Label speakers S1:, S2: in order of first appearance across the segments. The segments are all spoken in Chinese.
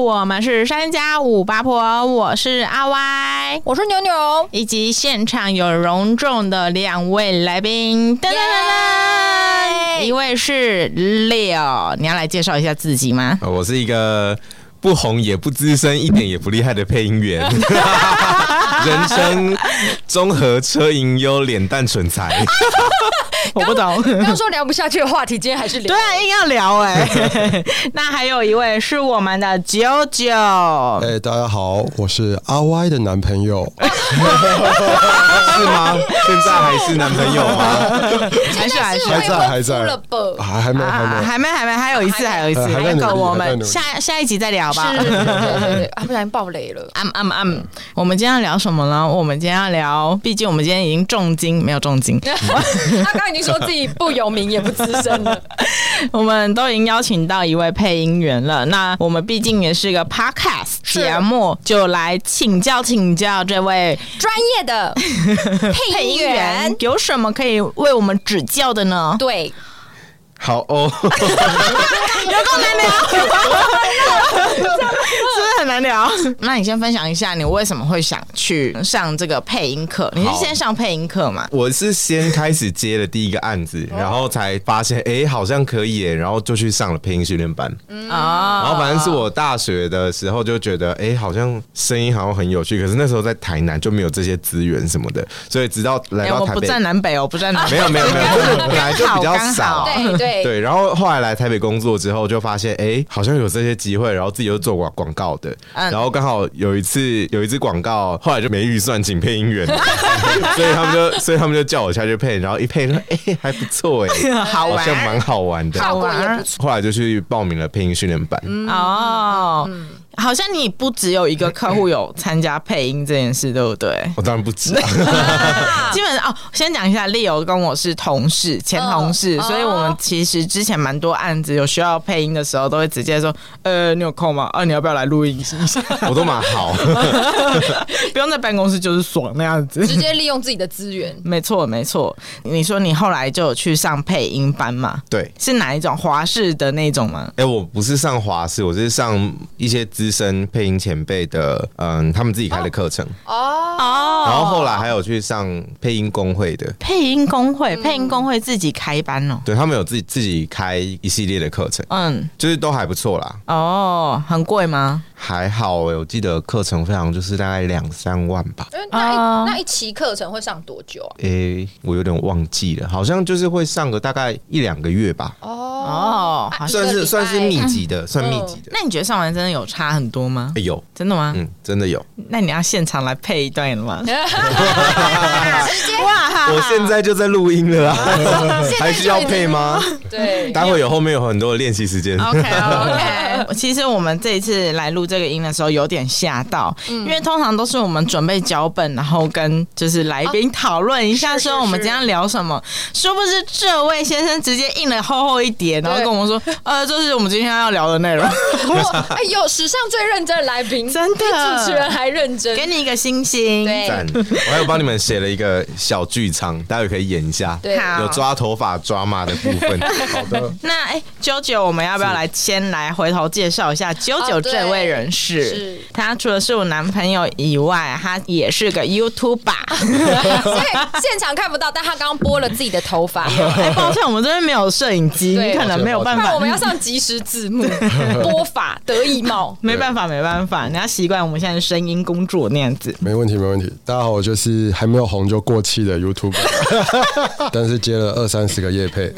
S1: 我们是山家五八婆，我是阿歪，
S2: 我是牛牛，
S1: 以及现场有隆重的两位来宾，噔噔噔噔，一位是 Leo，你要来介绍一下自己吗？
S3: 呃我是一个不红也不资深、一点也不厉害的配音员， 人生综合车银优，脸蛋蠢材。
S1: 我不懂，
S2: 刚说聊不下去的话题，今天还是聊。
S1: 对啊，硬要聊哎、 那还有一位是我们的九九，
S4: 哎、大家好，我是阿 Y 的男朋友。
S3: 是吗？现在还是男朋友吗？
S1: 还是还是
S4: 还在还在
S2: 出了吧？
S4: 还还没
S1: 啊，
S4: 还
S1: 还没还没，还有一次，还有一次，
S4: 啊还在努力
S1: 够我
S4: 还在努
S1: 们
S4: 力
S1: 下下一集再聊吧。
S2: 是，对对对，啊，不小心爆雷 了。
S1: 嗯嗯嗯，我们今天要聊什么呢？我们今天要聊，毕竟我们今天已经重金没有重金，
S2: 他刚刚已经说自己不有名也不资 深了，
S1: 我们都已经邀请到一位配音员了。那我们毕竟也是个 podcast
S2: 是
S1: 节目，就来请教请教这位
S2: 专 业的配音员。
S1: 有什么可以为我们指教的呢？
S2: 对，
S3: 好哦，
S1: 有够难聊，是不是很难聊？ 那你先分享一下，你为什么会想去上这个配音课？你是
S3: 好
S1: 先上配音课吗？
S3: 我是先开始接了第一个案子，然后才发现，哎、好像可以耶，然后就去上了配音训练班。
S1: 啊，
S3: 然后反正是我大学的时候就觉得，哎、好像声音好像很有趣，可是那时候在台南就没有这些资源什么的，所以直到来
S1: 哎，
S3: 到
S1: 我
S3: 台
S1: 不
S3: 北，
S1: 站南北哦，不站南
S3: 没
S1: 北。
S3: 有没有没有，真的本来就比较
S1: 刚好
S3: 少。
S1: 刚好
S2: 对对
S3: 对，然后后来来台北工作之后，就发现哎、诶好像有这些机会，然后自己又做广广告的，
S1: 嗯
S3: 然后刚好有一次有一支广告，后来就没预算，请配音员， 所以他们就所以他们就叫我下去配，然后一配说哎、诶还不错哎、
S1: 好
S3: 好像蛮
S1: 玩
S3: 好玩的。
S2: 效果
S1: 好
S2: 也
S1: 玩
S2: 不错。嗯
S3: 后来就去报名了配音训练班，
S1: 嗯哦，好像你不只有一个客户有参加配音这件事，对不对？
S3: 我当然不啊知道，
S2: 啊
S1: 基本上哦，先讲一下，Leo 跟我是同事，前同事，
S2: 嗯
S1: 所以我们其实之前蛮多案子有需要配音的时候，都会直接说，呃，你有空吗？啊，你要不要来录 音？
S3: 我都蛮好。
S1: 不用在办公室就是爽那样子。
S2: 直接利用自己的资源，
S1: 没错，没错。你说你后来就有去上配音班嘛？
S3: 对，
S1: 是哪一种华式的那种吗？
S3: 哎、我不是上华视，我是上一些资深配音前辈的，嗯，他们自己开的课程，
S2: 哦，
S1: 哦
S3: 然后后来还有去上配音工会的。
S1: 配音工会，配音工会自己开班哦。
S3: 对他们有自己自己开一系列的课程，
S1: 嗯，
S3: 就是都还不错啦，
S1: 哦，很贵吗？
S3: 还好欸、我记得课程费用就是大概两三万吧。
S2: 因为哎那一、
S1: 哦
S2: 那一期课程会上多久啊？
S3: 诶、我有点忘记了，好像就是会上个大概一两个月吧，
S2: 哦，
S1: 哦，好
S2: 啊一
S1: 像
S2: 个礼
S3: 算是
S2: 拜嗯
S3: 算是密集的，算密集的。
S1: 那你觉得上完真的有差很多吗？
S2: 哦哎
S3: 诶有，
S1: 真的吗？
S3: 嗯，真的有。
S1: 那你要现场来配一段 吗？
S2: 啊
S3: 我现在就在录音了
S2: 哦
S3: 啦，还需要 配吗？
S2: 对，
S3: 待会有后面有很多的练习时间。
S1: OK OK，其实我们这一次来录这个音的时候有点吓到，
S2: 嗯
S1: 因为通常都是我们准备脚本，然后跟就是来宾讨论一下，
S2: 是哦是
S1: 说我们今天聊什么。殊不知这位先生直接印了厚厚一叠，然后
S2: 对
S1: 跟我们说，呃，这是我们今天要聊的内容，
S2: 哇哎呦，史上最认真的来宾，
S1: 真
S2: 比主持人
S1: 的，
S2: 还认真。
S1: 给你一个星星。
S2: 对
S3: 赞！我还有帮你们写了一个小剧场，待会可以演一下，
S2: 对，
S1: 好
S3: 有抓头发抓马的部 分。好的。
S1: 那哎，九九，我们要不要来先来回头介绍一下九九
S2: 哦对
S1: 这位人士
S2: 是？
S1: 他除了是我男朋友以外，他也是个 YouTuber。
S2: 所以 现场看不到，但他刚刚拨了自己的头 发，
S1: 哎，抱歉，我们这边没有摄影机，
S2: 对
S1: 你可能没有办
S2: 不
S1: 法
S2: 然我。们要上即时字 幕，拨法得意帽。
S1: 没办法，没办法，你要习惯我们现在声音工作那样子。
S4: 没问题，没问题。大家好，我就是还没有红就过气的 YouTube，但是接了二三十个夜配，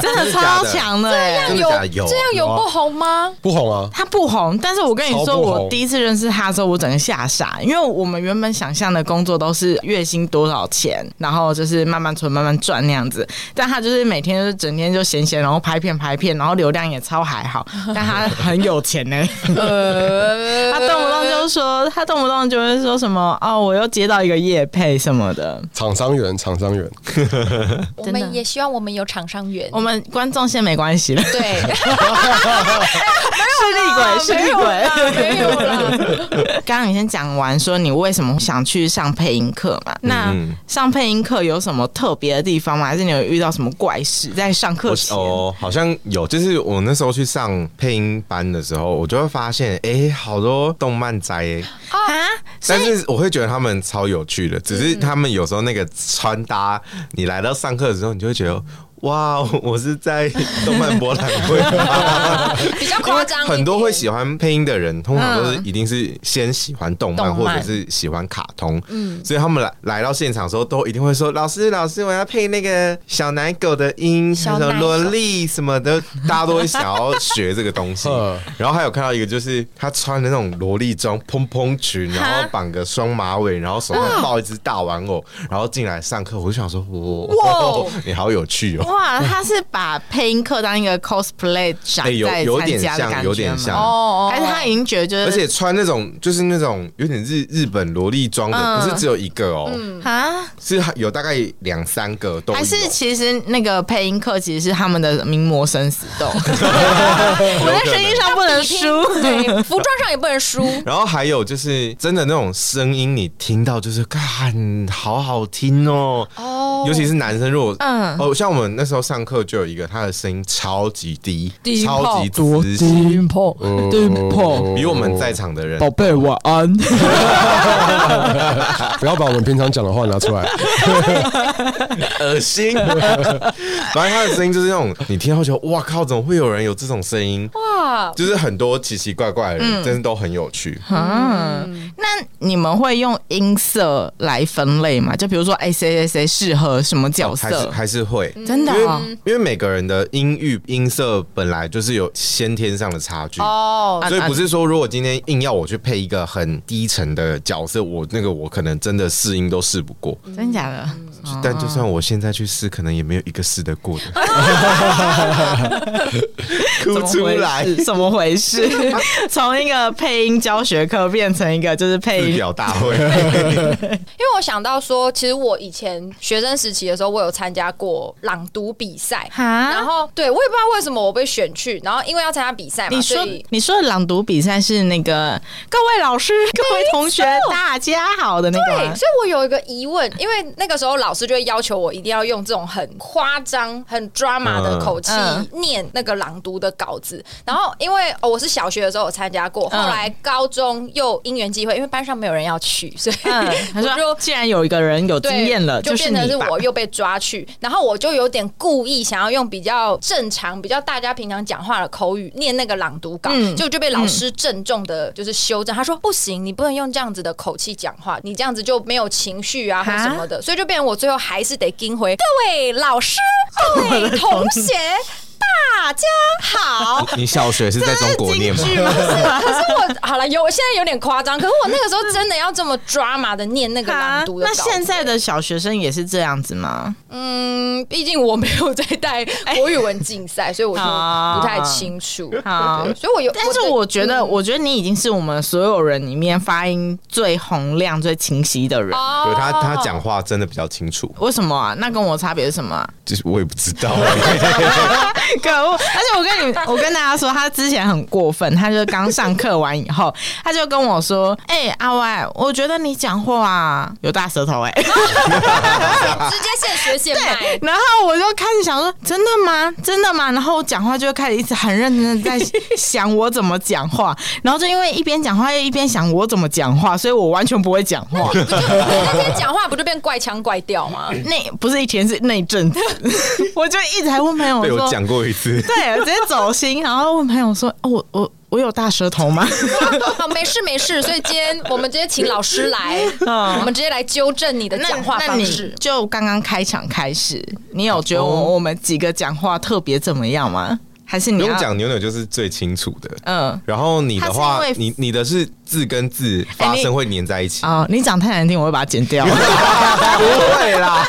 S1: 真的
S3: 假
S1: 超
S3: 的
S1: 强的哎、
S3: 真的
S2: 有
S3: 假的有啊
S2: 这样有不红吗？
S4: 不红啊。
S1: 他不红，但是我跟你说，
S4: 超不红
S1: 我第一次认识他的时候，我整个吓傻，因为我们原本想象的工作都是月薪多少钱，然后就是慢慢存、慢慢赚那样子。但他就是每天就是整天就闲闲，然后拍片拍片，然后流量也超还 好，但他很有钱呢、
S2: 呃，啊
S1: 他动不动就说，他动不动就会说什么哦，我我又接到一个业配什么的。
S4: 厂商员，厂商员，
S2: 我
S1: 真的
S2: 们也希望我们有厂商缘。
S1: 我们观众线没关系了，
S2: 对，
S1: 是厉鬼，是
S2: 没
S1: 厉
S2: 有啦
S1: 鬼。
S2: 没有啦。
S1: 刚刚你先讲完说你为什么想去上配音课嘛？那
S3: 嗯
S1: 上配音课有什么特别的地方吗？还是你有遇到什么怪事在上课
S3: 我
S1: 前？
S3: 哦，好像有，就是我那时候去上配音班的时候，我就会发现，哎、好多动漫宅、欸，
S1: 啊，所
S3: 但
S1: 以
S3: 是我会觉得他们超有趣的，只
S2: 嗯
S3: 是他们有时候那个穿搭，你来到上课的时候，你就会觉得。哇，我是在动漫博览 会吗，
S2: 比较夸张一点
S3: 因为很多会喜欢配音的人，通常都是
S1: 嗯
S3: 一定是先喜欢动漫
S2: 动漫嗯
S3: 或者是喜欢卡通，所以他们来来到现场的时候，都一定会说：“老师，老师，我要配那个小奶狗的音，什
S2: 小奶
S3: 么
S2: 狗
S3: 萝莉什么的，大家都会想要学这个东西。
S4: 嗯”
S3: 然后还有看到一个，就是她穿的那种萝莉装、蓬蓬裙，然后
S1: 哈
S3: 绑个双马尾，然后手
S2: 嗯
S3: 上抱一只大玩偶，然后进来上课，我就想说：“哇
S2: 哇，
S3: 你好有趣哦！”
S1: 哇，他是把配音课当一个 cosplay 展
S3: 哎有
S1: 在
S3: 有
S1: 参
S3: 点
S1: 加的
S3: 像
S1: 感
S3: 有
S1: 觉
S3: 点
S1: 吗
S3: 像
S2: 哦
S1: 还是他已经觉得就是，
S3: 而且穿那种就是那种有点日日本萝莉装的，
S1: 嗯
S3: 不是只有一个哦，
S1: 啊，
S3: 是有大概两三个都有。
S1: 还是其实那个配音课其实是他们的名模生死 斗，我在声音上不能输。
S2: 对，服装上也不能输。
S3: 然后还有就是真的那种声音，你听到就是看好好听哦。
S2: 哦
S3: 尤其是男生，如果
S1: 嗯
S3: 哦，像我们那时候上课就有一个，他的声音超级低，
S2: 低音
S3: 超
S2: 炮
S3: 级磁性，
S1: 音炮，
S4: 哦
S1: 低音炮，
S3: 比我们在场的人
S1: 贝晚安。
S4: 不要把我们平常讲的话拿出来。
S3: 恶心。 反正他的声音就是那种，你听到觉得哇靠，怎么会有人有这种声音？
S2: 哇，
S3: 就是很多奇奇怪怪的人，真的都很有趣。
S1: 嗯，那你们会用音色来分类吗？就比如说，哎，谁谁谁适合什么角
S3: 哦还是
S1: 色？
S3: 还是会，
S1: 真的
S3: 因为、
S1: 哦
S3: 因为每个人的音域音色本来就是有先天上的差距。
S2: 哦，
S1: 啊
S3: 所以不是说，如果今天硬要我去配一个很低沉的角色，我那个我可能真的试音都试不过。
S1: 真假的？
S3: 但就算我现在去试，可能也没有一个试得 过的。
S2: 嗯
S3: 哭出来，
S1: 怎么回事？ 怎么回事从一个配音教学课变成一个就是配
S3: 自
S1: 音
S3: 表大会。
S1: 哎
S2: 因为我想到说，其实我以前学生时期的时候，我有参加过朗读比赛。然
S1: 哈。
S2: 后，对我也不知道为什么我被选去，然后因为要参加比赛嘛，
S1: 你说
S2: 所以
S1: 你说的朗读比赛是那个各位老师、各位同学大家好的那个啊
S2: 对，
S1: 吗
S2: 所以我有一个疑问，因为那个时候老师就会要求我一定要用这种很夸张、很 drama 的口气
S1: 嗯
S2: 念那个朗读的稿子。然后，因为、哦我是小学的时候有参加过，后
S1: 嗯
S2: 来高中又因缘际会，因为班上没有人要去，所以
S1: 嗯， 他
S2: 我就
S1: 说既然有一个人有经
S2: 对，
S1: 验了，
S2: 就变
S1: 是
S2: 成
S1: 你
S2: 是
S1: 吧。
S2: 我又被抓去，然后我就有点故意想要用比较正常、比较大家平常讲话的口语念那个朗读稿，
S1: 嗯
S2: 结果就被老师郑重的就是修正，他说不行，你不能用这样子的口气讲话，你这样子就没有情绪啊或
S1: 哈
S2: 什么的，所以就变成我最后还是得跟回各位老师、各位同学。大家好，
S3: 你小学是在中国念吗？
S2: 可 是我好了，有现在有点夸张，可是我那个时候真的要这么 drama 的念那个朗
S1: 啊
S2: 读的稿
S1: 那
S2: 子、
S1: 现在的小学生也是这样子吗？
S2: 嗯，毕竟我没有在带国语文竞赛，所以我就不太清楚。
S1: 好
S2: 对，所呃以我有，
S1: 但是
S2: 的嗯
S1: 我觉得，我觉得你已经是我们所有人里面发音最洪亮、最清晰的人。
S2: 哦
S3: 对他，他讲话真的比较清楚，
S1: 为什么啊？那跟我差别是什么啊？
S3: 就是我也不知道。
S1: 可恶！而且我 跟你，我跟大家说，他之前很过分，他就刚上课完以后，他就跟我说：“哎、阿歪，我觉得你讲话啊有大舌头哎、
S2: 直接现学现卖。
S1: 然后我就开始想说：“真的吗？真的吗？”然后我讲话就会开始一直很认真的在想我怎么讲话， 然后就因为一边讲话又一边想我怎么讲话，所以我完全不会讲 话。
S2: 那天讲话不就变怪腔怪调吗？
S1: 那不是一天是那一阵 子，我就一直还问朋友
S3: 被我
S1: 哦说，
S3: 讲过一次，
S1: 对，我直接走心，然后问朋友说，哦、我我我有大舌头吗？
S2: 好，没事没事，所以今天我们直接请老师来，
S1: 嗯
S2: 我们直接来纠正你的
S1: 那
S2: 讲话
S1: 那
S2: 方
S1: 你
S2: 式。
S1: 就刚刚开场开始，你有
S3: 哦
S1: 觉得我我们几个讲话特别怎么样吗？还是
S3: 不
S1: 你
S3: 用
S1: 要？
S3: 讲牛牛就是最清楚的。
S1: 嗯。
S3: 然后你的话
S1: 他是因为，
S3: 你你的是字跟字发声会粘在一起，
S1: 哦，你讲太难听，我会把它剪 掉。
S3: 不会啦。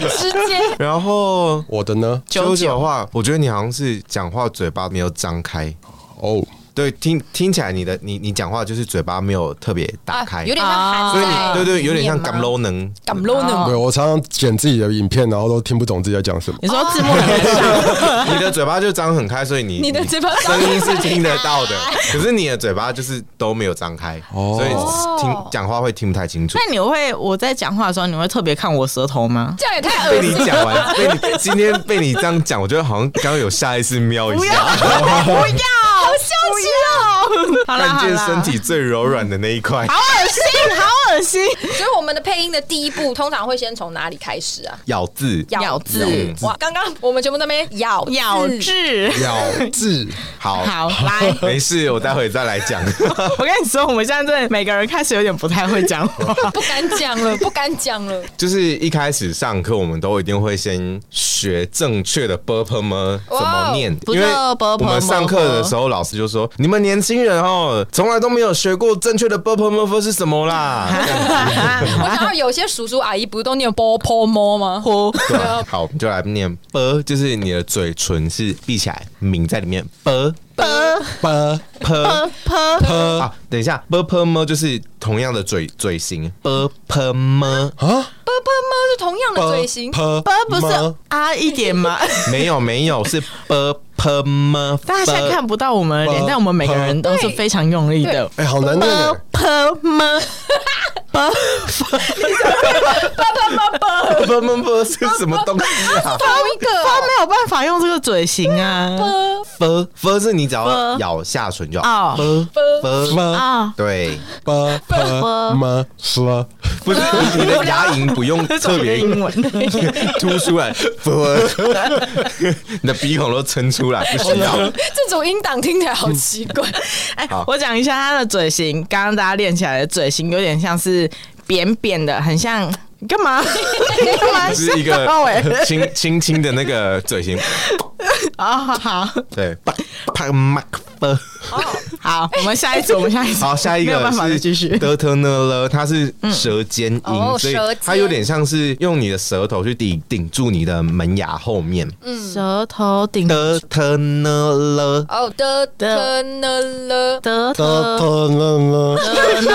S2: 直接
S3: 然后
S4: 我的呢？
S1: 九
S3: 九
S1: 九
S3: 九的话，我觉得你好像是讲话嘴巴没有张开，
S4: 哦，
S3: 对，听听起来你的你你讲话就是嘴巴没有特别打开，
S2: 啊，有点像
S1: 啊
S2: 含
S3: 所以
S2: 在
S3: 你对对，有点像
S2: 里面
S3: 感
S2: 吗
S3: 漏能。
S2: 感漏呢
S1: 哦
S4: 对我常常剪自己的影片，然后都听不懂自己在讲什么。
S1: 你说字幕很难上，
S3: 你的嘴巴就张很开，所以你
S2: 你的嘴巴张
S3: 声音是听得到的，可是你的嘴巴就是都没有张开，
S4: 哦
S3: 所以听讲话会听不太清楚。
S1: 那你会我在讲话的时候，你会特别看我舌头 吗？
S2: 这样也太
S3: 被
S2: 恶
S3: 你
S2: 心。
S3: 讲完，被你今天被你这样讲，我觉得好像刚刚有下意识瞄一下，
S1: 不要，好羞耻哦！好啦
S3: 看
S1: 好
S3: 见
S1: 啦，
S3: 身体最柔软的那一块，
S1: 好恶心，好恶心，
S2: 所以我们的配音的第一步，通常会先从哪里开始啊？
S3: 咬字。
S1: 咬字
S2: 哇，刚刚我们全部那边咬
S1: 咬字。
S4: 咬字，
S3: 好，
S1: 好，来，
S3: 没事，我待会再来讲。
S1: 我跟你说，我们现在真的每个人开始有点不太会讲 话。
S2: 不敢讲 了，不敢讲了。
S3: 就是一开始上课，我们都一定会先学正确的 b u r p 么怎
S2: 哇哦
S3: 么念，
S1: 不
S3: 因
S1: 知
S3: 为
S1: 道 “burp”
S3: 我们上课的时候，老师就说：“你们年轻人哦，从来都没有学过正确的 b u r p 么是什 么啦。这样
S2: 我想到有些叔叔阿姨不是都念 bo po mo 吗？
S1: 呼，”
S3: 对啊，好，我们就来念 b，就是你的嘴唇是闭起来，抿在里面 b。
S1: 呃
S4: 吧，
S3: p p 啊，等一下，b p m 就是同样的嘴嘴型，b p m
S2: 啵啵么是同样的嘴 型，
S4: p
S1: 不是啊一点 吗？
S3: 没有没有是 b p m，
S1: 大家现在看不到我们的脸，但我们每个人都是非常用力的。
S4: 哎，好难念耶。
S1: p 吗？
S3: b p m 是什么东西 啊？
S2: 同一个
S1: 他没有办法用这个嘴型啊。
S3: f f 是你只要
S1: f
S3: 咬下唇就好
S1: 哦
S3: ，f f
S4: 吗
S1: 啊，
S3: 对，
S4: 吧吧吗说
S3: 不是你你的牙龈不用
S1: 啊
S3: 特别
S1: 英文，
S3: 凸 出来 你的鼻孔都撑出来，不需要。
S2: 这种音档听起来好奇怪。
S1: 哎
S3: 好，
S1: 我讲一下他的嘴型。刚刚大家练起来的嘴型有点像是扁扁的，很像你干嘛？你干嘛
S3: 是一
S1: 吓到欸
S3: 个轻轻轻的那个嘴型，
S1: 啊，好好
S3: 对，啪啪啪啪。
S1: 好，我们下一组，我们下一组。
S3: 好，下一
S1: 没有
S3: 个
S1: 办法
S3: 是
S1: 再继续。
S3: 德特呢了，它是舌尖音，
S2: 哦
S3: 所以
S2: 舌尖
S3: 它有点像是用你的舌头去顶顶住你的门牙后面。
S1: 舌头顶
S3: 德特呢了，
S2: 哦的的呢了，
S1: 得
S4: 的的呢呢，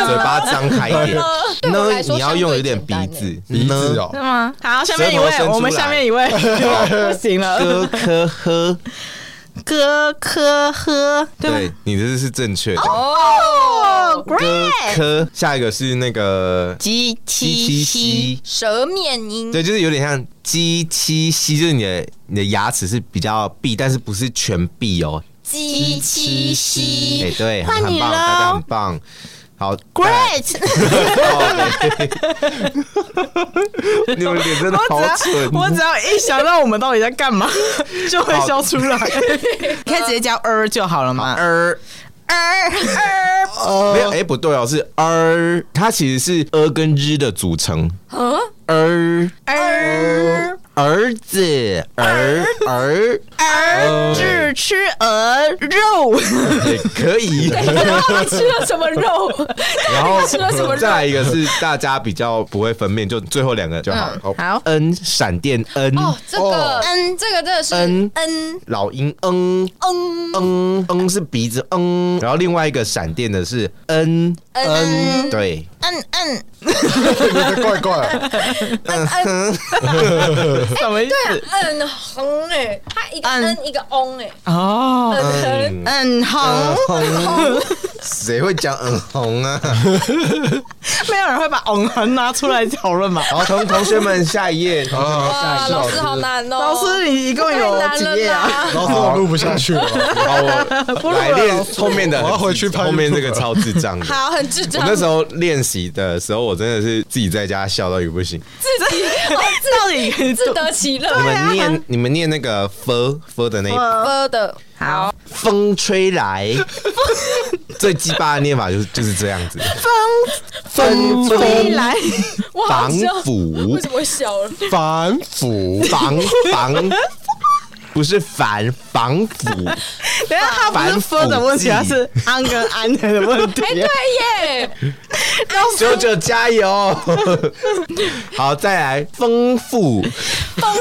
S3: 嘴巴张开一点，
S2: 对我来
S3: 呢
S2: 说
S3: 你要用有点鼻
S2: 相对
S3: 子
S2: 简，欸
S4: 鼻子
S3: 呢。
S1: 是
S4: 哦，
S1: 吗？好，下面一位
S3: 舌头伸，出来
S1: 我们下面 一位哦不行了。
S3: 咯呵呵，
S1: 咯科呵，对吗
S3: 对你这是正确的。
S2: 哦，
S3: 咯科，下一个是那个
S1: 鸡
S3: 鸡
S1: 七七，
S3: 七西，
S2: 舌面音，
S3: 对，就是有点像鸡七西，就是你的你的牙齿是比较闭，但是不是全闭哦。
S2: 鸡七
S3: 哎、
S2: 西，
S3: 对，很
S1: 换
S3: 很
S1: 你
S3: 棒，
S1: 喽
S3: 大家很棒。好 哦
S1: great。
S3: 你们脸真的好
S1: 我只要
S3: 蠢。
S1: 我只要一想到我们到底在干嘛， 就会笑出来。可以直接叫呃就好了嘛。
S3: 儿
S1: 呃呃，
S3: 没有，哎、不对哦，是儿，它其实是呃跟日的组成。
S2: 啊
S3: 儿
S1: 儿
S3: 儿子儿 儿
S1: 儿只吃鹅肉，
S3: 也可 以。
S2: 然后他吃了什么 肉？
S3: 然后
S2: 吃了什么肉
S3: 再来一个是大家比较不会分辨，就最后两个就好了。哦
S1: 好
S3: ，n 闪电 n
S2: 嗯哦，这个嗯，这个真的是
S3: 嗯
S2: 嗯
S3: 老鹰嗯
S2: 嗯
S3: 嗯嗯是鼻子嗯，然后另外一个闪电的是 n
S2: 嗯
S3: 对，
S1: 嗯嗯，
S4: 这怪怪。
S1: 什么意思？
S2: 嗯哼哎，他一个
S1: 嗯
S2: 嗯一个嗡哎，
S1: 哦，
S2: 嗯
S1: 嗯红，
S3: 红，谁会讲嗯红 啊？
S1: 没有人会把嗯红拿出来讨论吧？
S3: 好，同同学们下一 页，同学们下
S2: 哇，
S3: 一页。
S2: 老师好难哦，
S1: 老师，你一共
S2: 太
S1: 有
S2: 难
S1: 几
S2: 了
S1: 页啊？
S2: 啦。
S4: 老师，我录不下去了。
S3: 好，我
S1: 录了
S3: 来练后面的，
S4: 我要回去拍
S3: 后面这个超智障的。
S2: 好，很智
S3: 我
S2: 障。
S3: 那 时候练习的时候，我真的是自己在家笑到一个不行。
S2: 自己
S1: 到底
S2: 哦自得其
S3: 你
S2: 乐。啊
S3: 们念你们念那个 f f 的那一
S2: 呃的，
S1: 好，
S3: 风吹 来，最鸡巴的念法就是就是这样子。
S1: 风吹 来，
S2: 我 好
S3: 防
S2: 笑。
S3: 腐
S2: 为什么会笑 了？
S4: 反腐，
S3: 防防 不是反防腐，
S1: 等一下他不是风的问题，他是安跟安的问题
S2: 哎，。对耶，
S3: 九九加油！ 好，再来丰富
S1: 丰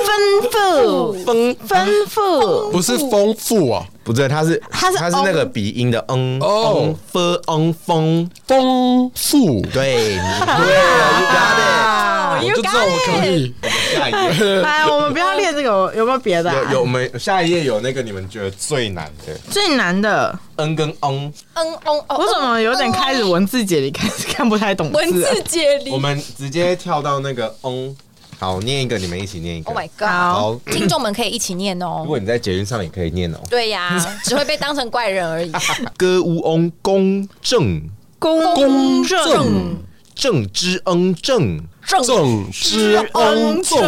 S1: 富，
S3: 丰
S1: 丰富，
S4: 不是丰富啊，
S3: 不对，他是
S1: 他是
S3: 他是那个鼻音的嗯
S4: 哦
S3: 哦，f n 风，
S4: 丰富。
S3: 对， 你对了，you got it。
S2: 哦
S3: 我就
S2: you
S3: 知道我
S2: got
S3: 可
S2: it
S3: 以。下一页
S1: 来，哎我们不要练这个，有有没有别的、
S3: 有
S1: 啊？
S3: 有我们 下一页有那个你们觉得最难的
S1: 最难的，
S3: 嗯跟嗯，
S2: 嗯嗯哦，
S1: 我怎么有点开始文字解离，开始看不 太懂
S2: 文
S1: 字啊
S2: 字解离
S3: 我们直接跳到那个嗯。好，念一个，你们一起念一个。
S2: ？Oh my
S1: 好
S2: god！
S3: 好，
S2: 听众们可以一起念
S3: 如
S2: 哦。
S3: 果你在捷运上也可以念哦。
S2: 对呀，只会被当成怪人而已。
S3: 啊歌乌翁公正
S1: 公
S4: 公正
S3: 正之恩正，
S2: 正
S4: 正之恩重，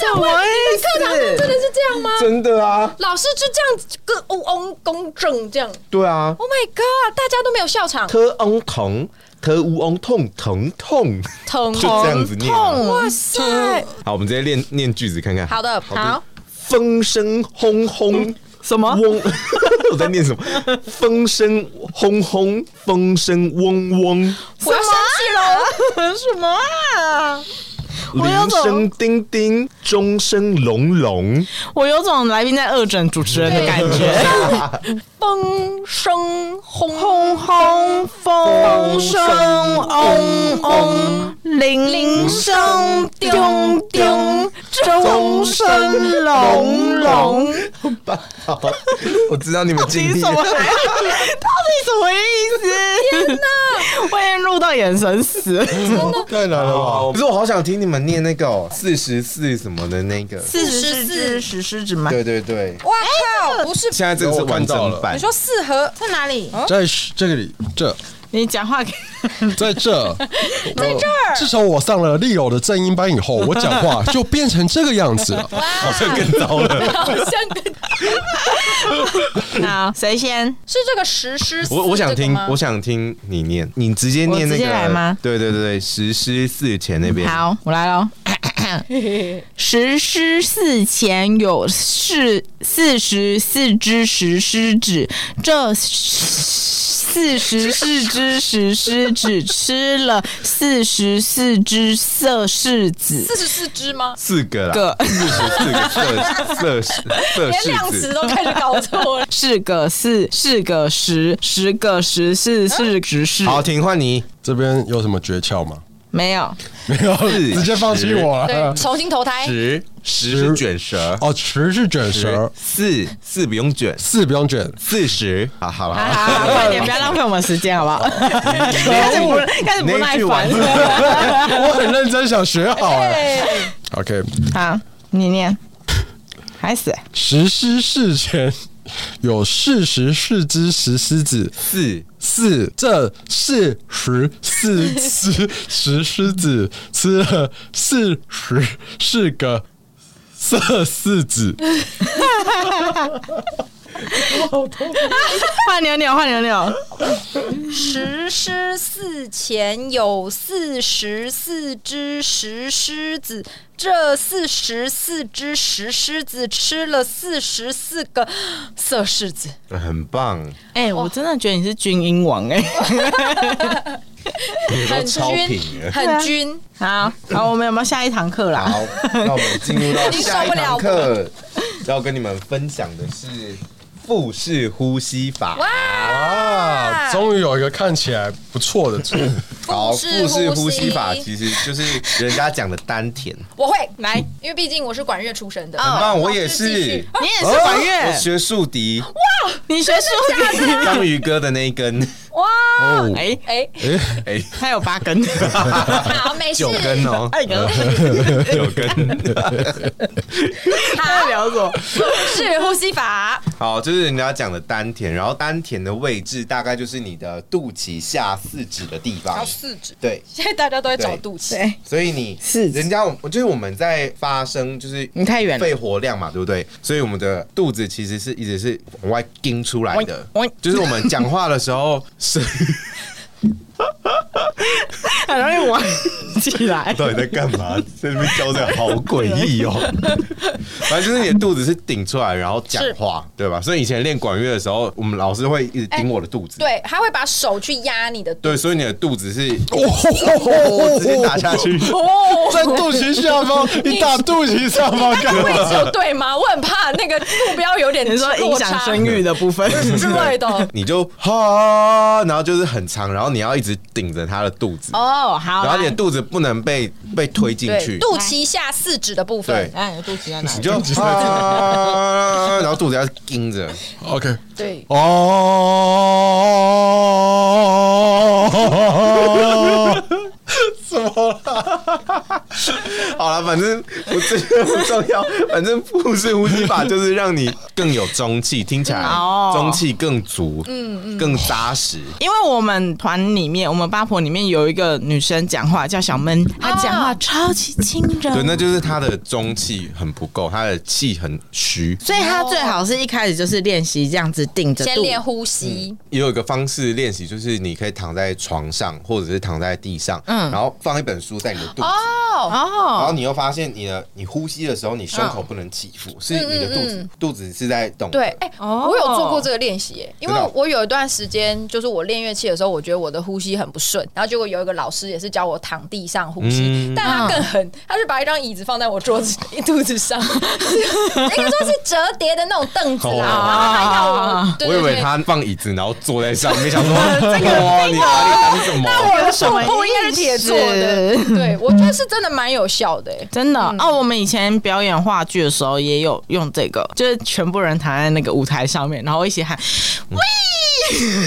S1: 什么意
S2: 真
S1: 思？
S2: 的是这样吗？
S3: 真的啊，
S2: 老师就这样子个嗡嗡公正这样。
S3: 对啊。
S2: Oh my god！大家都没有笑场，
S3: 特翁疼，特乌翁痛疼痛，
S2: 疼
S3: 就这样子念啊。
S2: 哇塞！
S3: 好，我们直接念念句子看看。
S2: 好的，好，
S3: 风声轰轰，
S1: 什么？
S3: 嗡， 我在念什么？风声轰轰，风声嗡嗡，
S2: 我要生气 喽！
S1: 什么啊？我有
S3: 铃
S1: 种
S3: 声叮叮，钟声隆隆。
S1: 我有种来宾在二诊主持人的感觉，
S2: 风声轰
S1: 轰轰风声嗡嗡，铃声叮叮，钟声隆隆。
S3: 好，我知道你们尽
S1: 你
S3: 力
S1: 怎么
S3: 了。
S1: 还？到底什么意思？天哪！ 我也录到眼神死。
S4: 太难了吧？
S3: 哦可是我好想听你们念那个哦四十四什么的那个。
S1: 四
S2: 十四
S1: 十狮子 吗？
S3: 对对对，
S2: 哇靠！不是，
S3: 现在这个是完
S4: 我看
S3: 整
S4: 到
S3: 版。
S2: 哎你说四合在哪里？
S4: 在这里，这
S1: 你讲话给
S4: 在这，在这儿。自从我上了利偶的正音班以后，我讲话就变成这个样子 了。
S3: 好像更糟了。
S2: 好像跟
S1: 好，谁先？
S2: 是这个实施四这个吗。
S3: 我我想听，我想听你念，你直接念那
S1: 我直接来
S3: 个
S1: 吗。
S3: 对对对对，实施寺前那边。
S1: 好，我来喽。石狮寺前有四四十四只石狮子，这四十四只石狮子吃了四十四只色柿子。
S2: 四十四只吗？
S3: 四个啦，
S1: 个。
S3: 四十四个色色色
S2: 连量
S3: 柿
S2: 词
S3: 子，
S2: 都开始搞错了
S1: 四个四，四个十，十个十四，四十四。
S3: 好，请换你。
S4: 这边有什么诀窍 吗？
S1: 没有，
S4: 没有，
S3: 是
S4: 直接放弃我
S2: 对，
S4: 了。
S2: 重新投胎。
S3: 十十是卷舌，
S4: 哦，十是卷舌，
S3: 四四不用卷，
S4: 四不用 卷。
S3: 四十。好好了，
S1: 好
S3: 好
S1: 好好，快点，不要浪费我们时间，好不 好？开始不，开始不耐烦
S3: 那一句
S1: 了。
S4: 我很认真想学好哎。
S2: 对，
S4: OK，
S1: 好，你念，还死。
S4: 实施事前有四十四只石狮子，
S3: 四
S4: 四这四十四只石狮子吃了四十四个色柿子，
S1: 换牛牛，换牛牛。
S2: 石狮寺前有四十四只石狮子，这四十四只石狮子吃了四十四个色柿子。
S3: 很棒，
S1: 哎、我真的觉得你是军英王哎、
S3: 你都
S2: 很
S3: 超品
S2: 均，
S3: 了。
S2: 很均。
S1: 好，好，我们有没有下一堂课啦？
S3: 好，那我们进入到
S2: 你受
S3: 下一
S2: 不了
S3: 堂
S2: 我
S3: 课，要跟你们分享的是腹式呼吸法。
S4: 啊！终于有一个看起来不错 的字，
S3: 好，
S2: 腹式
S3: 腹式呼
S2: 呼
S3: 吸
S2: 吸
S3: 法其实就是人家讲的丹田。
S2: 我会，
S1: 来，
S2: 因为毕竟我是管乐出身的。
S3: 很
S2: 啊，
S3: 哦棒，我也是，哦
S1: 你也哦是哦管乐，
S3: 我学竖笛，
S1: 你学数理。
S3: 章鱼哥的那一根，
S2: 哇，
S4: 哦，
S1: 哎、
S2: 哎，
S3: 哎，
S1: 它有八 根，
S2: 好，没事
S3: 九。根哦，
S1: 哎哥，
S3: 九根。
S1: 他在聊什么？
S2: 是呼吸法，
S3: 好，就是人家讲的丹田，然后丹田的位置大概就是你的肚脐下四指的地
S2: 然
S3: 方
S2: 后。四指。
S3: 对，
S2: 现在大家都在找肚脐，
S1: 对，
S3: 所以你
S1: 四指嗯
S3: 人家我就是我们在发声，就是
S1: 你太远了
S3: 肺活量嘛，对不对？所以我们的肚子其实是一直是往外顶出来的
S1: 往往，
S3: 就是我们讲话的时候是。
S1: 很容易玩起 来。
S3: 到底在干嘛？在那边教这样好诡异 哦。反正就是你的肚子是顶出来，然后讲话，对吧？所以以前练管乐的时候，我们老师会一直顶我的肚子。
S2: 对，他会把手去压你的肚。
S3: 对，所以你的肚子是哦，直接打下去。
S2: 哦，
S4: 在肚脐下方，你打肚脐下方干
S2: 位置
S4: 嘛？
S2: 有对吗？我很怕那个目标有点
S1: 你说影
S2: 落
S1: 响
S2: 差
S1: 生育的部分，
S2: 之类的。
S3: 你就哈，然后就是很长，然后你要一直顶着他的肚子，
S1: 哦，好
S3: 然后
S1: 来
S3: 你的肚子不能被被推进
S2: 对，
S3: 去，
S2: 肚脐下四指的部分
S3: 对，
S1: 哎，你的肚脐在哪
S3: 你？就啊，然后肚子要盯着，
S4: OK，
S2: 对，
S4: 哦，
S3: 好了，反正不这个不重要，反正腹式呼吸法就是让你更有中气，听起来
S1: 哦
S3: 中气更足，嗯嗯，更扎实。
S1: 因为我们团里面，我们八婆里面有一个女生讲话叫小闷，她讲话超级轻
S3: 对，
S1: 柔，
S3: 那就是他的中气很不够，他的气很虚。
S1: 所以她最好是一开始就是练习这样子定着
S2: 先
S1: 肚。
S2: 练呼吸，
S3: 也有一个方式练习，就是你可以躺在床上，或者是躺在地上，
S1: 嗯
S3: 然后放一本书在你的肚子，
S2: 哦，
S3: 然后
S1: 哦，
S3: 你又发现你的你呼吸的时候，你胸口不能起伏，是你的肚子、肚子是在动。
S2: 对，，哎、
S1: 哦
S2: 我有做过这个练习耶，因
S3: 真的哦
S2: 为我有一段时间，就是我练乐器的时候，我觉得我的呼吸很不顺，然后结果有一个老师也是教我躺地上呼吸，
S3: 嗯
S2: 但他更狠，他是把一张椅子放在我桌子肚子上， 应该说是折叠的那种凳子啦，
S3: 哦
S2: 然后他要我，对
S3: 我以
S2: 对
S3: 为
S2: 对。
S3: 他放椅子，然后坐在上，没想 到哇，你把你当什么？
S2: 哦我的
S1: 什么
S2: 不应该是铁做的
S1: 意，
S2: 对我觉得是真的蛮有效的、 哎
S1: 真的哦，我们以前表演话剧的时候也有用这个，就是全部人躺在那个舞台上面，然后一起喊，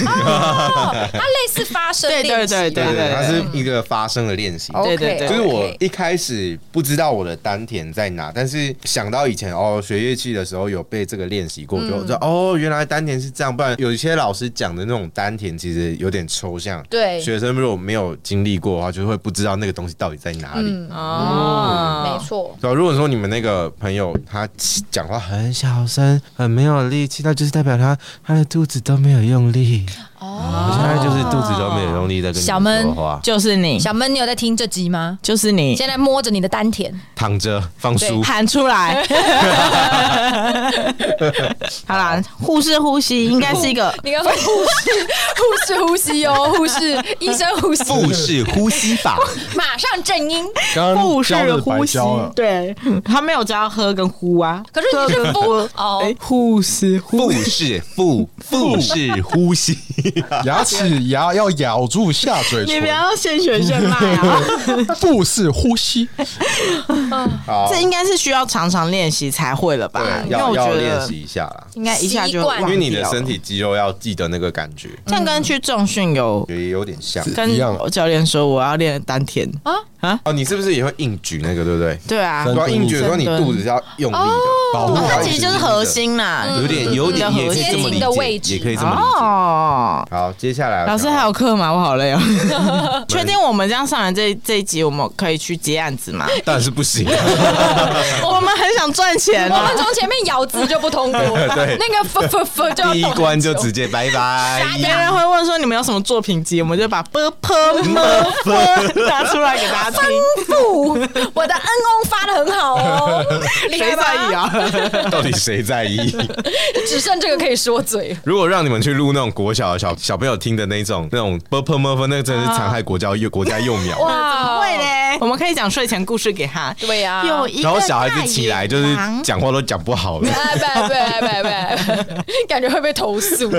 S2: 哦，它类似发声
S1: 对对
S2: 练习吧，
S1: 对
S3: 对对
S1: 对
S3: 对，它是一个发声的练习。
S1: 对对
S2: OK，
S1: 对
S3: 就是我
S2: OK
S3: 一开始不知道我的丹田在哪，但是想到以前哦学乐器的时候有被这个练习过，
S2: 嗯
S3: 就说哦原来丹田是这样，不然有一些老师讲的那种丹田其实有点抽象。
S2: 对
S3: 学生如果没有经历过的话，就会不知道那个东西到底在哪
S2: 嗯
S3: 里。
S1: 哦，
S2: 没错，
S3: 对啊、如果说你们那个朋友他讲话很小声，很没有力气，那就是代表他他的肚子都没有用力。
S2: 哦，
S3: 我现在就是肚子都没有用力在跟你
S2: 小闷
S3: 说话，
S1: 就是你，
S2: 小闷，你有在听这集吗？
S1: 就是你，
S2: 现在摸着你的丹田，
S3: 躺着放书。
S1: 喊出 来。好啦，护士呼吸应该是一个
S2: 你刚刚护 士，护士呼吸哦，护士，医生呼吸，
S3: 腹式呼吸 法，
S2: 马上正音。
S4: 刚
S1: 腹
S4: 刚
S1: 式
S4: 教的白
S1: 呼吸
S4: 教
S3: 啊
S4: 了，，
S1: 对，他没有教喝跟呼啊。
S2: 可是你是呼哦，
S1: 哎，护士呼
S3: 腹式腹腹式 呼吸，
S4: 牙齿牙要咬住下嘴
S1: 你不
S4: 唇，
S1: 要现学现卖啊！
S4: 腹式呼吸。
S3: 好
S1: 这应该是需要常常练习才会了吧？因
S3: 对
S1: 为
S3: 要
S1: 我觉
S3: 要练
S1: 得
S3: 习一下啦，
S1: 应该一下就
S2: 习惯
S1: 忘
S3: 因
S1: 掉了
S3: 为你的身体肌肉要记得那个感觉，
S1: 这样跟去重训有
S3: 也有点像。
S1: 跟
S4: 一样
S1: 教练说我要练丹田
S2: 啊
S1: 啊，
S3: 哦，你是不是也会硬举那个，对不对？
S1: 对啊，
S4: 深
S3: 对啊，硬举的时候你
S1: 深蹲
S3: 肚子是要用力的，
S4: 保护
S1: 哦
S4: 好
S1: 它
S4: 自
S1: 其
S4: 己
S1: 实就是核，心啦，
S3: 嗯有点有点也可以这么
S2: 接近的位
S3: 理
S2: 置
S3: 解，也可以这么理解。
S1: 哦。
S3: 好，接下来
S1: 老师还有课吗？我好累哦。 确定我们这样上完这这一集，我们可以去接案子 吗？
S3: 当然是不行，
S1: 我们很想赚钱
S2: 我
S1: 啊
S2: 们！从前面咬字就不通过，
S3: 哎对
S2: 那个 f f f 就要
S3: 第一关就直
S2: 接
S3: 接拜拜。
S1: 别人会问说你们有什么作品集，我们就把 b p m f 拿出来给大家听，
S2: 不，我的恩翁发的很好 哦， 厉害
S1: 谁在意
S2: 吧？
S1: 啊？
S3: 到底谁 在意？
S2: 只剩这个可以说 嘴，
S3: 如果让你们去录那种国小的小小朋友听的那种那种 b u r p l e m u r p 那个真的是残害国家幼国家幼苗。
S2: 哇，
S1: 会嘞，我们可以讲睡前故事给他。
S2: 对呀，
S1: 有一个
S3: 然后小孩子起来就是
S1: 大野狼
S3: 讲话都讲不 好了。
S2: 拜哎拜拜拜 拜，感觉会被投诉。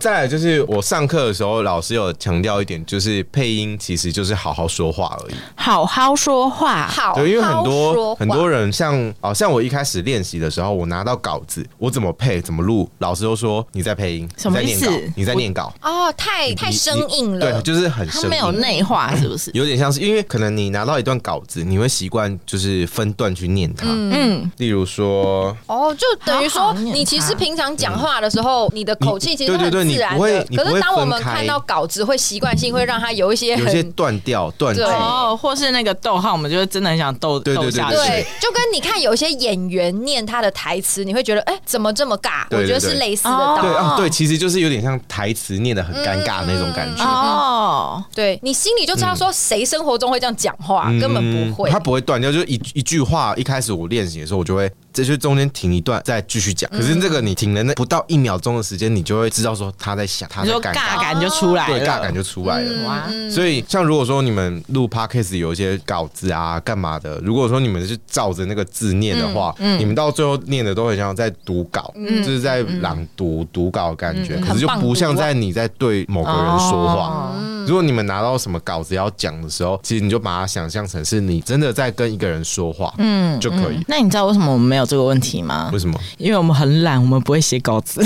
S3: 再来就是我上课的时候，老师有强调一点，就是配音其实就是好好说话而已。
S1: 好好说话，
S2: 好，
S3: 对，因为很
S2: 好好说
S3: 多
S2: 话
S3: 很多人像哦，像我一开始练习的时候，我拿到稿子，我怎么配怎么录，老师都说你在配音，
S1: 什么
S3: 你在念稿
S1: 意思
S3: 你在念稿，
S2: 哦，太太
S3: 你
S2: 生硬了，
S3: 对，就是很
S1: 他
S3: 生
S1: 没有
S3: 硬。
S1: 内化是不 是？
S3: 有点像是，因为可能你拿到一段稿子，你会习惯就是分段去念它。
S1: 嗯，
S3: 例如说，
S2: 哦，就等
S1: 好
S2: 于说
S1: 好，念
S2: 你其实
S1: 它
S2: 平常讲话的时候，你的口气其实
S3: 对
S2: 很
S3: 对对
S2: 自然
S3: 你
S2: 的
S3: 不会。你不
S2: 可
S3: 会
S2: 是当我们
S3: 分开
S2: 看到稿子，会习惯性会让它有一些
S3: 有一些
S2: 很。
S3: 断掉、断句
S2: 对，
S1: 哦，或是那个逗号，我们就是真的很想逗
S3: 对对
S1: 逗下
S3: 对对
S1: 去
S2: 对，就跟你看有一些演员念他的台词，你会觉得，哎，怎么这么尬？
S3: 对
S2: 我觉得
S3: 对
S2: 是
S3: 对
S2: 类似的
S1: 哦
S2: 道
S3: 对
S2: 理。
S3: 啊，对，其实就是有点像台词念的很尴尬那种感觉。
S1: 哦，
S2: 对你心里就知道说谁生活中会这样讲话，根本
S3: 嗯
S2: 不会。
S3: 他不会断掉，就是一一句话。一开始我练习的时候，我就会这就中间停一段，再继续讲。
S1: 嗯
S3: 可是这个你停了那不到一秒钟的时间，你就会知道说他在想，他
S1: 你
S3: 在
S1: 说
S3: 尴
S1: 尬
S3: 尬，
S1: 感嗯就出来了，
S3: 对，尬感就出来了。
S1: 哇，
S3: 所以，像如果说你们录 podcast 有一些稿子啊、干嘛的，如果说你们是照着那个字念的话，
S1: 嗯
S3: 你们到最后念的都很像在读稿，就是在
S1: 嗯
S3: 朗读、读稿的感觉，可是就不像在你在对某个人说话。
S1: 啊哦
S3: 如果你们拿到什么稿子要讲的时候，其实你就把它想象成是你真的在跟一个人说话，嗯，就可以。
S1: 那你知道为什么我们没有这个问题吗
S3: 为？什么？
S1: 因为我们很懒，我们不会写稿子，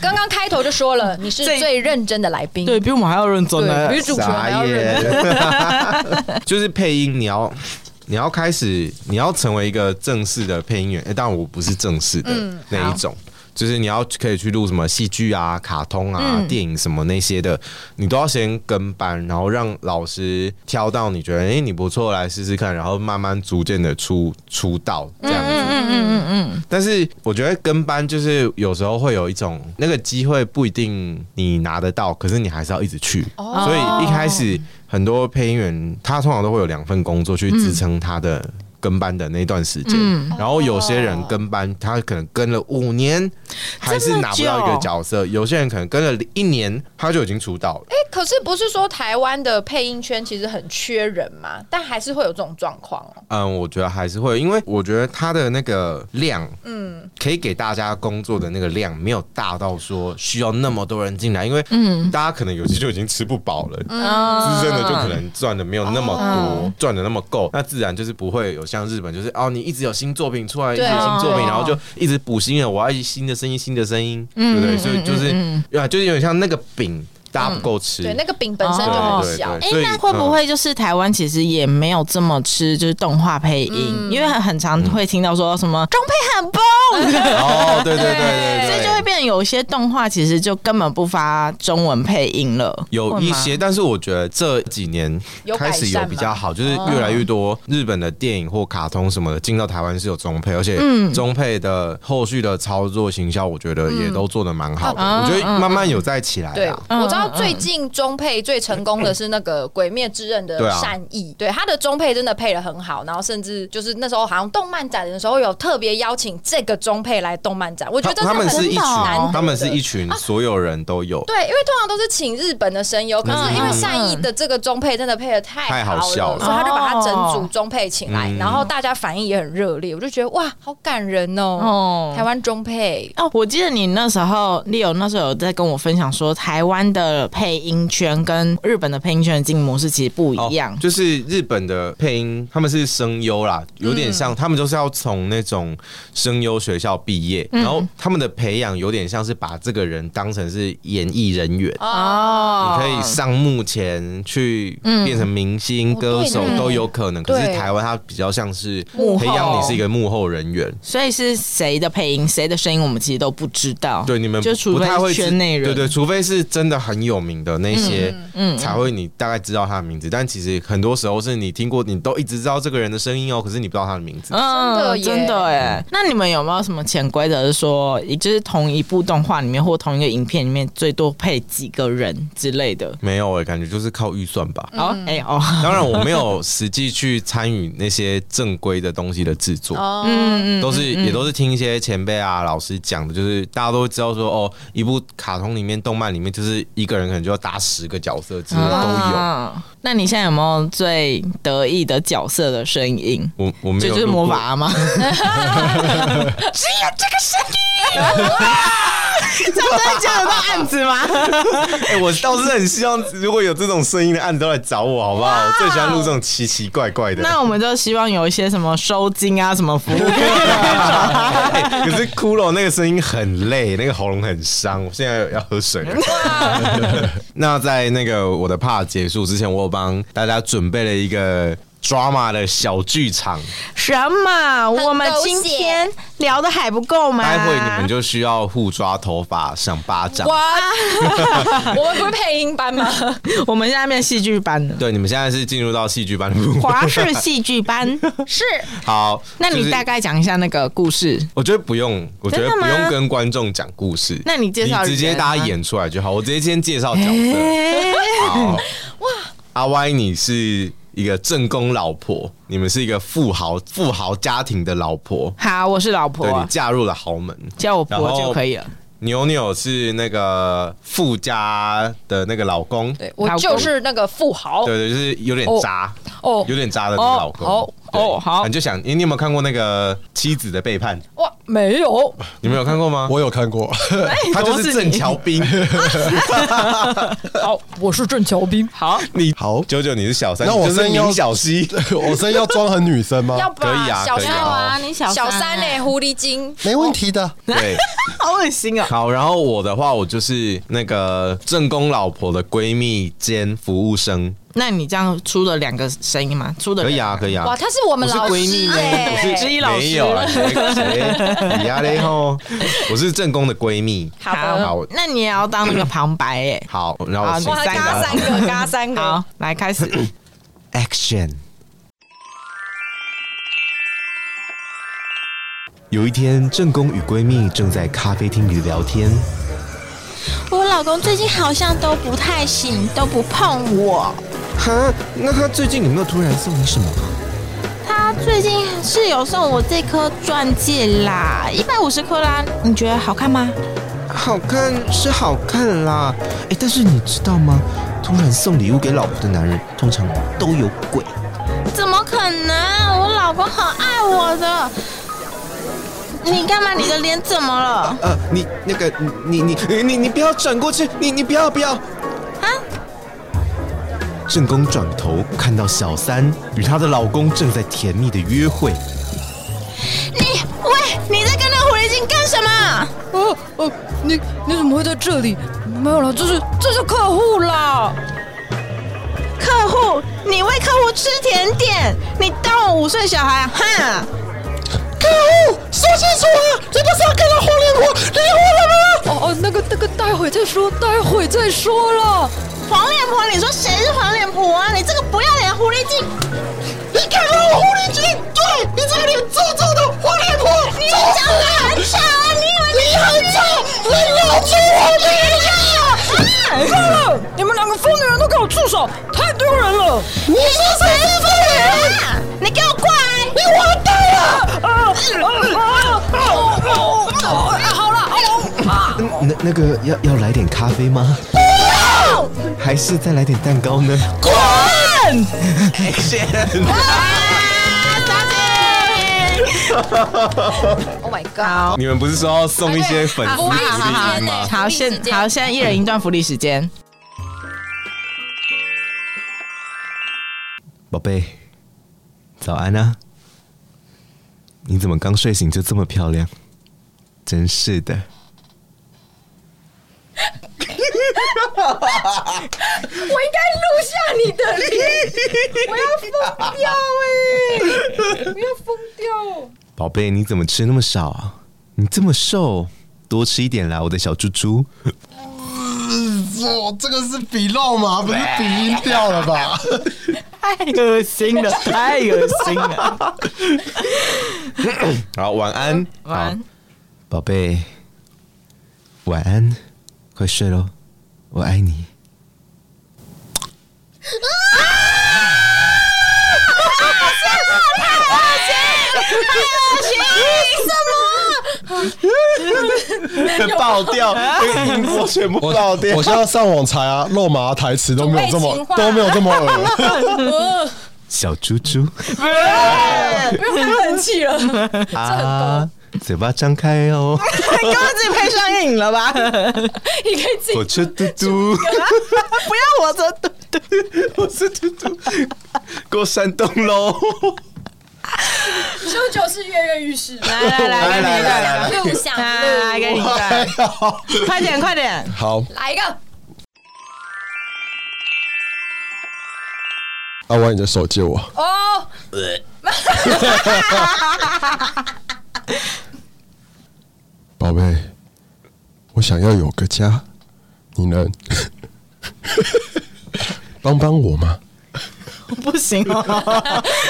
S2: 刚刚开头就说了，
S3: 嗯
S2: 你是
S1: 最
S2: 最认真的来宾，
S1: 对比我们还要认真呢
S2: 对，。比主持人还要
S3: 傻
S2: 认真。
S3: 眼， 就是配音，你要你要开始，你要成为一个正式的配音员。欸、当然，我不是正式的那一种，就是你要可以去录什么戏剧啊、卡通啊、电影什么那些的，你都要先跟班，然后让老师挑到你觉得哎、欸你不错，来试试看，然后慢慢逐渐的出出道这样子。但是我觉得跟班就是有时候会有一种那个机会不一定你拿得到，可是你还是要一直去。所以一开始很多配音员他通常都会有两份工作去支撑他的。跟班的那段时间，然后有些人跟班，他可能跟了五年，还是拿不到一个角色；有些人可能跟了一年，他就已经出道了。
S2: 哎可是不是说台湾的配音圈其实很缺人嘛？但还是会有这种状况哦。
S3: 嗯，我觉得还是会，因为我觉得他的那个量，嗯，可以给大家工作的那个量没有大到说需要那么多人进来，因为嗯，大家可能有些就已经吃不饱了。
S1: 嗯
S3: 资深的就可能赚的没有那么多，赚的那么够，那自然就是不会有像日本，就是哦，你一直有新作品出来，一直
S2: 对
S3: 有新作品，
S2: 哦
S3: 然后就一直补新的，我要一新的声音，新的声音，对不对？所以就是啊，就是有点像那个饼，大家不够吃，
S2: 对，那个饼本身就
S1: 哦
S2: 很
S3: 对
S2: 小
S3: 对。对
S1: 哎、
S3: 所以
S1: 那会不会就是台湾其实也没有这么吃，就是动画配音，因为很常会听到说什么中配很崩，
S3: 哦，对对对对对，
S1: 所以就会变成有一些动画其实就根本不发中文配音了，
S3: 有
S1: 会
S3: 一
S1: 吗
S3: 些，但是我觉得这几年
S2: 有改
S3: 开始有
S2: 善
S3: 比
S2: 吗哦
S3: 较好，就是越来越多日本的电影或卡通什么的进到台湾是有中配，而且
S2: 嗯
S3: 中配的后续的操作行销，我觉得也都做的蛮好的。我觉得慢慢有在起来
S2: 嗯对，
S3: 啦。
S2: 我知道最近中配最成功的是那个《鬼灭之刃》的
S3: 对啊
S2: 善意，对他的中配真的配的很好，然后甚至就是那时候好像动漫展的时候有特别邀请这个中配来动漫展，我觉
S3: 他
S2: 得这
S3: 他们
S2: 很
S3: 是一群，
S2: 难得的
S3: 他们是一群，所有人都有。
S2: 对，因为通常都是请日本的声优，可是因为善意的这个中配真的配的太
S3: 嗯太
S2: 好
S3: 好
S2: 了，
S3: 笑了
S2: 所以他就把它整组
S1: 哦
S2: 中配请来，
S3: 嗯
S2: 然后大家反应也很热烈，我就觉得哇，好感人哦，
S1: 哦
S2: 台湾中配。
S1: 哦，我记得你那时候，Leo 那时候有在跟我分享说，台湾的配音圈跟日本的配音圈的经营模式其实不一样。
S3: 哦就是日本的配音，他们是声优啦，
S2: 嗯
S3: 有点像、他们就是要从那种声优学校毕业，
S2: 嗯
S3: 然后他们的培养有点像是把这个人当成是演艺人员，
S1: 哦嗯
S3: 你可以上幕前去变成明星、
S2: 哦
S3: 歌手
S2: 对
S3: 都有可能，可
S2: 对
S3: 是台湾它比较像是
S1: 幕后
S3: 培养你是一个幕后人员。
S1: 所以是谁的配音，谁的声音，我们其实都不知道。
S3: 对你们
S1: 就除
S3: 不
S1: 非
S3: 太会
S1: 是
S3: 知
S1: 圈内人，嗯
S3: 对对，除非是真的很有名的那些，才会你大概知道他的名字。但其实很多时候是你听过，你都一直知道这个人的声音哦，可是你不知道他的名字。
S1: 嗯，
S2: 真的耶
S1: 真的哎。那你们有没有什么潜规则？是说，也就是同一部动画里面或同一个影片里面，最多配几个人之类的？
S3: 没有诶、欸感觉就是靠预算吧。
S1: 哦，哎、哦，
S3: 当然，我没有实际去参与那些正规的东西的制作，
S2: 哦，
S1: 嗯
S3: 都是也都是听一些前辈啊、老师讲的，就是大家都知道说，哦，一部卡通里面、动漫里面，就是一个人可能就要搭十个角色之类的都有。
S1: 嗯那你现在有没有最得意的角色的声音？
S3: 我我没
S1: 这
S3: 有
S1: 就是
S3: 录过
S1: 魔法阿妈，只有这个声音，啊这样真的叫得到案子吗？
S3: 哎、我倒是很希望，如果有这种声音的案子都来找我，好不 好？我最喜欢录这种奇奇怪怪的。
S1: 那我们就希望有一些什么收金啊，什么服务可以
S3: 哎可是骷髅那个声音很累，那个喉咙很伤，我现在要喝水了。 那在那个我的 part 结束之前，我有帮大家准备了一个 drama 的小剧场，
S1: 什么？
S2: 很
S1: 我们
S2: 狗
S1: 今
S2: 血
S1: 天聊的还不够吗？
S3: 待会你们就需要互抓头发、赏巴掌。
S2: 哇， 我们不是配音班吗？
S1: 我们现在变戏剧班了，
S3: 对，你们现在是进入到戏剧班的部分。
S1: 华视戏剧班。
S2: 是
S3: 好，
S1: 那
S3: 就
S1: 你
S3: 是
S1: 大概讲一下那个故 事？
S3: 我觉得不用，我觉得
S1: 真的
S3: 不
S1: 吗
S3: 用跟观众讲故事。
S1: 那你介绍
S3: 直接
S1: 人
S3: 大家
S1: 吗
S3: 演出来就好。我直接先介绍角色。
S1: 哎，
S3: 好，哇，阿歪，你是一个正宫老婆，你们是一个富豪富豪家庭的老婆，
S1: 好，我是老
S3: 对你
S1: 婆，啊
S3: 嫁入了豪门。
S1: 叫我婆
S3: 然后
S1: 就可以了。
S3: 牛牛是那个富家的那个老公，
S2: 对我就是那个富豪
S3: 对对，就是有点渣，
S2: 哦
S3: 有点渣的那个老公。
S2: 哦
S3: 对
S1: 哦好
S3: 你就想，诶你有没有看过那个《妻子的背叛》？
S2: 哇，没有
S3: 你们有看过吗？
S4: 我有 看过，
S3: 他就
S1: 怎哎么
S3: 是
S1: 是
S3: 郑
S1: 你
S3: 乔斌。
S2: 好，我是郑乔斌，好
S3: 你
S4: 好
S3: 九九，你是小三，
S4: 那我
S3: 你就是
S4: 声音要
S3: 明小溪。
S4: 我声音要装很女生吗？
S2: 要
S3: 可以啊
S2: 吧？小
S3: 可以
S2: 三
S3: 啊
S2: 啊，
S1: 你
S2: 小三嘞，狐狸精
S4: 没问题的。
S3: 对，
S1: 好恶心哦！
S3: 好，然后我的话，我就是那个正宫老婆的闺蜜兼服务生，
S1: 那你这样出了两个声音吗？出的
S3: 可以啊，可以啊。
S2: 哇，她是我们
S3: 我是
S2: 老
S3: 闺
S2: 师
S3: 蜜欸呢我
S2: 哎，
S1: 之一老师
S3: 没有啊，谁谁你呀嘞吼，我是正宫的闺蜜。
S2: 好的
S3: 好
S1: 那你也要当那个旁白哎。
S3: 好，然后
S1: 好
S3: 我
S1: 你
S3: 先
S2: 哇，
S1: 三个
S2: 嘎三个，嘎三个
S1: 好，，来开始。
S3: Action。有一天，正宫与闺蜜正在咖啡厅里聊天，
S5: 我老公最近好像都不太行，都不碰我。
S3: 哈，那他最近有没有突然送你什么？
S5: 他最近是有送我这颗钻戒啦，一百五十克拉，你觉得好看吗？
S3: 好看是好看啦，哎、但是你知道吗？突然送礼物给老婆的男人，通常都有鬼。
S5: 怎么可能？我老公很爱我的。你干嘛？你的脸怎么了？
S3: 呃，你那个，你你你你你不要转过去，你你不要不要啊！正宫转头看到小三与她的老公正在甜蜜的约会，
S5: 你喂，你在跟那狐狸精干什么？
S2: 哦哦，你你怎么会在这里？没有了，这是这是客户啦。
S5: 客户，你喂客户吃甜点，你当我五岁小孩啊？哼！
S4: 客户，说清楚啊！你不是要跟他黄脸婆离婚了吗？
S2: 哦哦，那个那个，待会再说，待会再说了。
S5: 黄脸婆，你说谁是黄脸婆啊？你这个不要脸的狐狸精！你看到我狐狸精？对，你这个脸皱皱的黄脸婆，你长得很丑啊！你以为你很丑？你老出我脸了！
S2: 了，你们两个疯女人都给我住手，太丢人了！
S5: 你说谁是妇人啊？你给我过来！你完蛋了！
S2: 啊啊啊！好了，好了，
S3: 那那个要要来点咖啡吗？还是再来点蛋糕呢？滚！Action！
S2: ！Oh my god！
S3: 你们不是说要送一些 粉丝
S2: 福利时
S3: 福利
S2: 间
S3: 吗？
S2: 呢？
S1: 好，
S2: 福利时
S1: 现
S2: 间
S1: 好现在一人一段福利时间。
S3: 宝贝，早安啊！你怎么刚睡醒就这么漂亮？真是的。
S2: 我应该录下你的脸，我要疯掉哎、我要疯掉！
S3: 宝贝，你怎么吃那么少啊？你这么瘦，多吃一点啦，我的小猪猪。
S4: 哦，这个是比肉吗？不是比音调了吧？
S1: 太恶心了，太恶心了！
S3: 好，晚安，
S1: 晚安
S3: 好，宝贝，晚安，快睡喽，我爱你。什么？爆掉！那个音波全部爆掉！
S4: 我现在上网查啊，肉麻台词都没有这
S2: 准备情
S4: 么
S2: 话
S4: 都没有这么恶。
S3: 小猪猪
S2: 不用太冷气了，
S3: 啊，嘴巴张开哦，
S1: 你给我自己配上瘾了吧？
S2: 你可以自己
S3: 火车嘟嘟，
S1: 不要我这
S3: 火车嘟嘟，过山洞喽！
S2: 舅舅是跃跃欲试。
S1: 来来来来
S3: 来来
S1: 来
S2: 又想
S1: 来，来给你一段，快点快点！
S4: 好，
S2: 来一个，
S4: 阿歪，你的手借我。
S2: 哦
S4: 宝贝，我想要有个家，你能 帮帮我吗？
S1: 不行哦，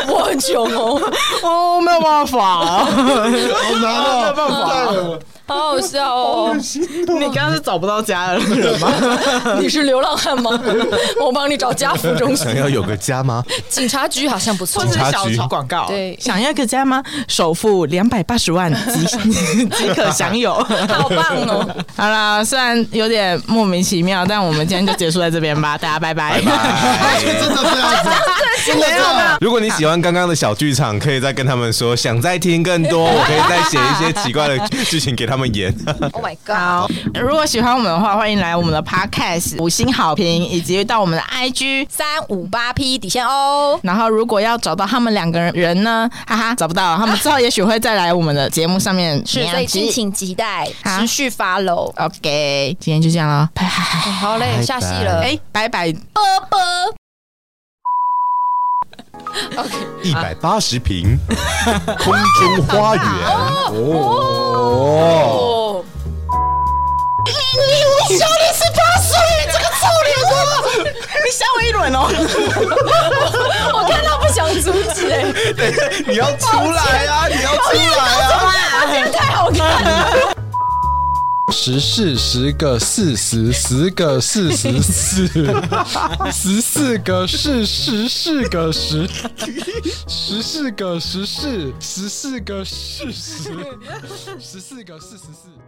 S2: 我很穷哦，
S1: 我没有办法、
S4: 好难
S1: 没有办法。
S2: 好好笑哦！
S1: 你刚刚是找不到家的人吗？
S2: 你是流浪汉吗？ 我帮你找家扶中
S3: 想
S2: 心，
S3: 要有个家吗？
S2: 警察局好像不错
S1: 或。者
S3: 察
S1: 小
S3: 局
S1: 广告，
S2: 对
S1: 想要个家吗？首付两百八十万即即可享有。
S2: 好棒哦！
S1: 好啦，虽然有点莫名其妙，但我们今天就结束在这边吧， 大家拜拜。
S3: 拜。
S4: 真的这样子，真的这样。
S3: 如果你喜欢刚刚的小剧场，可以再跟他们说，想再听更多，我可以再写一些奇怪的剧情给他们演。
S2: Oh my
S1: 好，如果喜欢我们的话，欢迎来我们的 podcast 五星好评，以及到我们的 IG。
S2: 三五八 P 底线哦，
S1: 然后，如果要找到他们两个人呢，哈哈，找不到，他们之后也许会再来我们的节目上面。
S2: 是，所以敬请期待，
S1: 好
S2: 持续 follow。
S1: OK，今天就这样了，拜拜。
S2: 好嘞，下戏了，
S1: 哎，拜拜。
S2: 啵啵。
S3: 一百八十平，空中花园哦。
S2: 哦，
S5: 你我小你十八岁，这个臭脸啊！
S1: 哦你吓我一轮哦！
S2: 我看到不想阻止哎，
S3: 对， 你要出来啊！你要出来啊！
S2: 太好看了。
S4: 十是十个四十，十个四十四，十四个是十四个十，十四个十四，十四个是十，十四个四十四。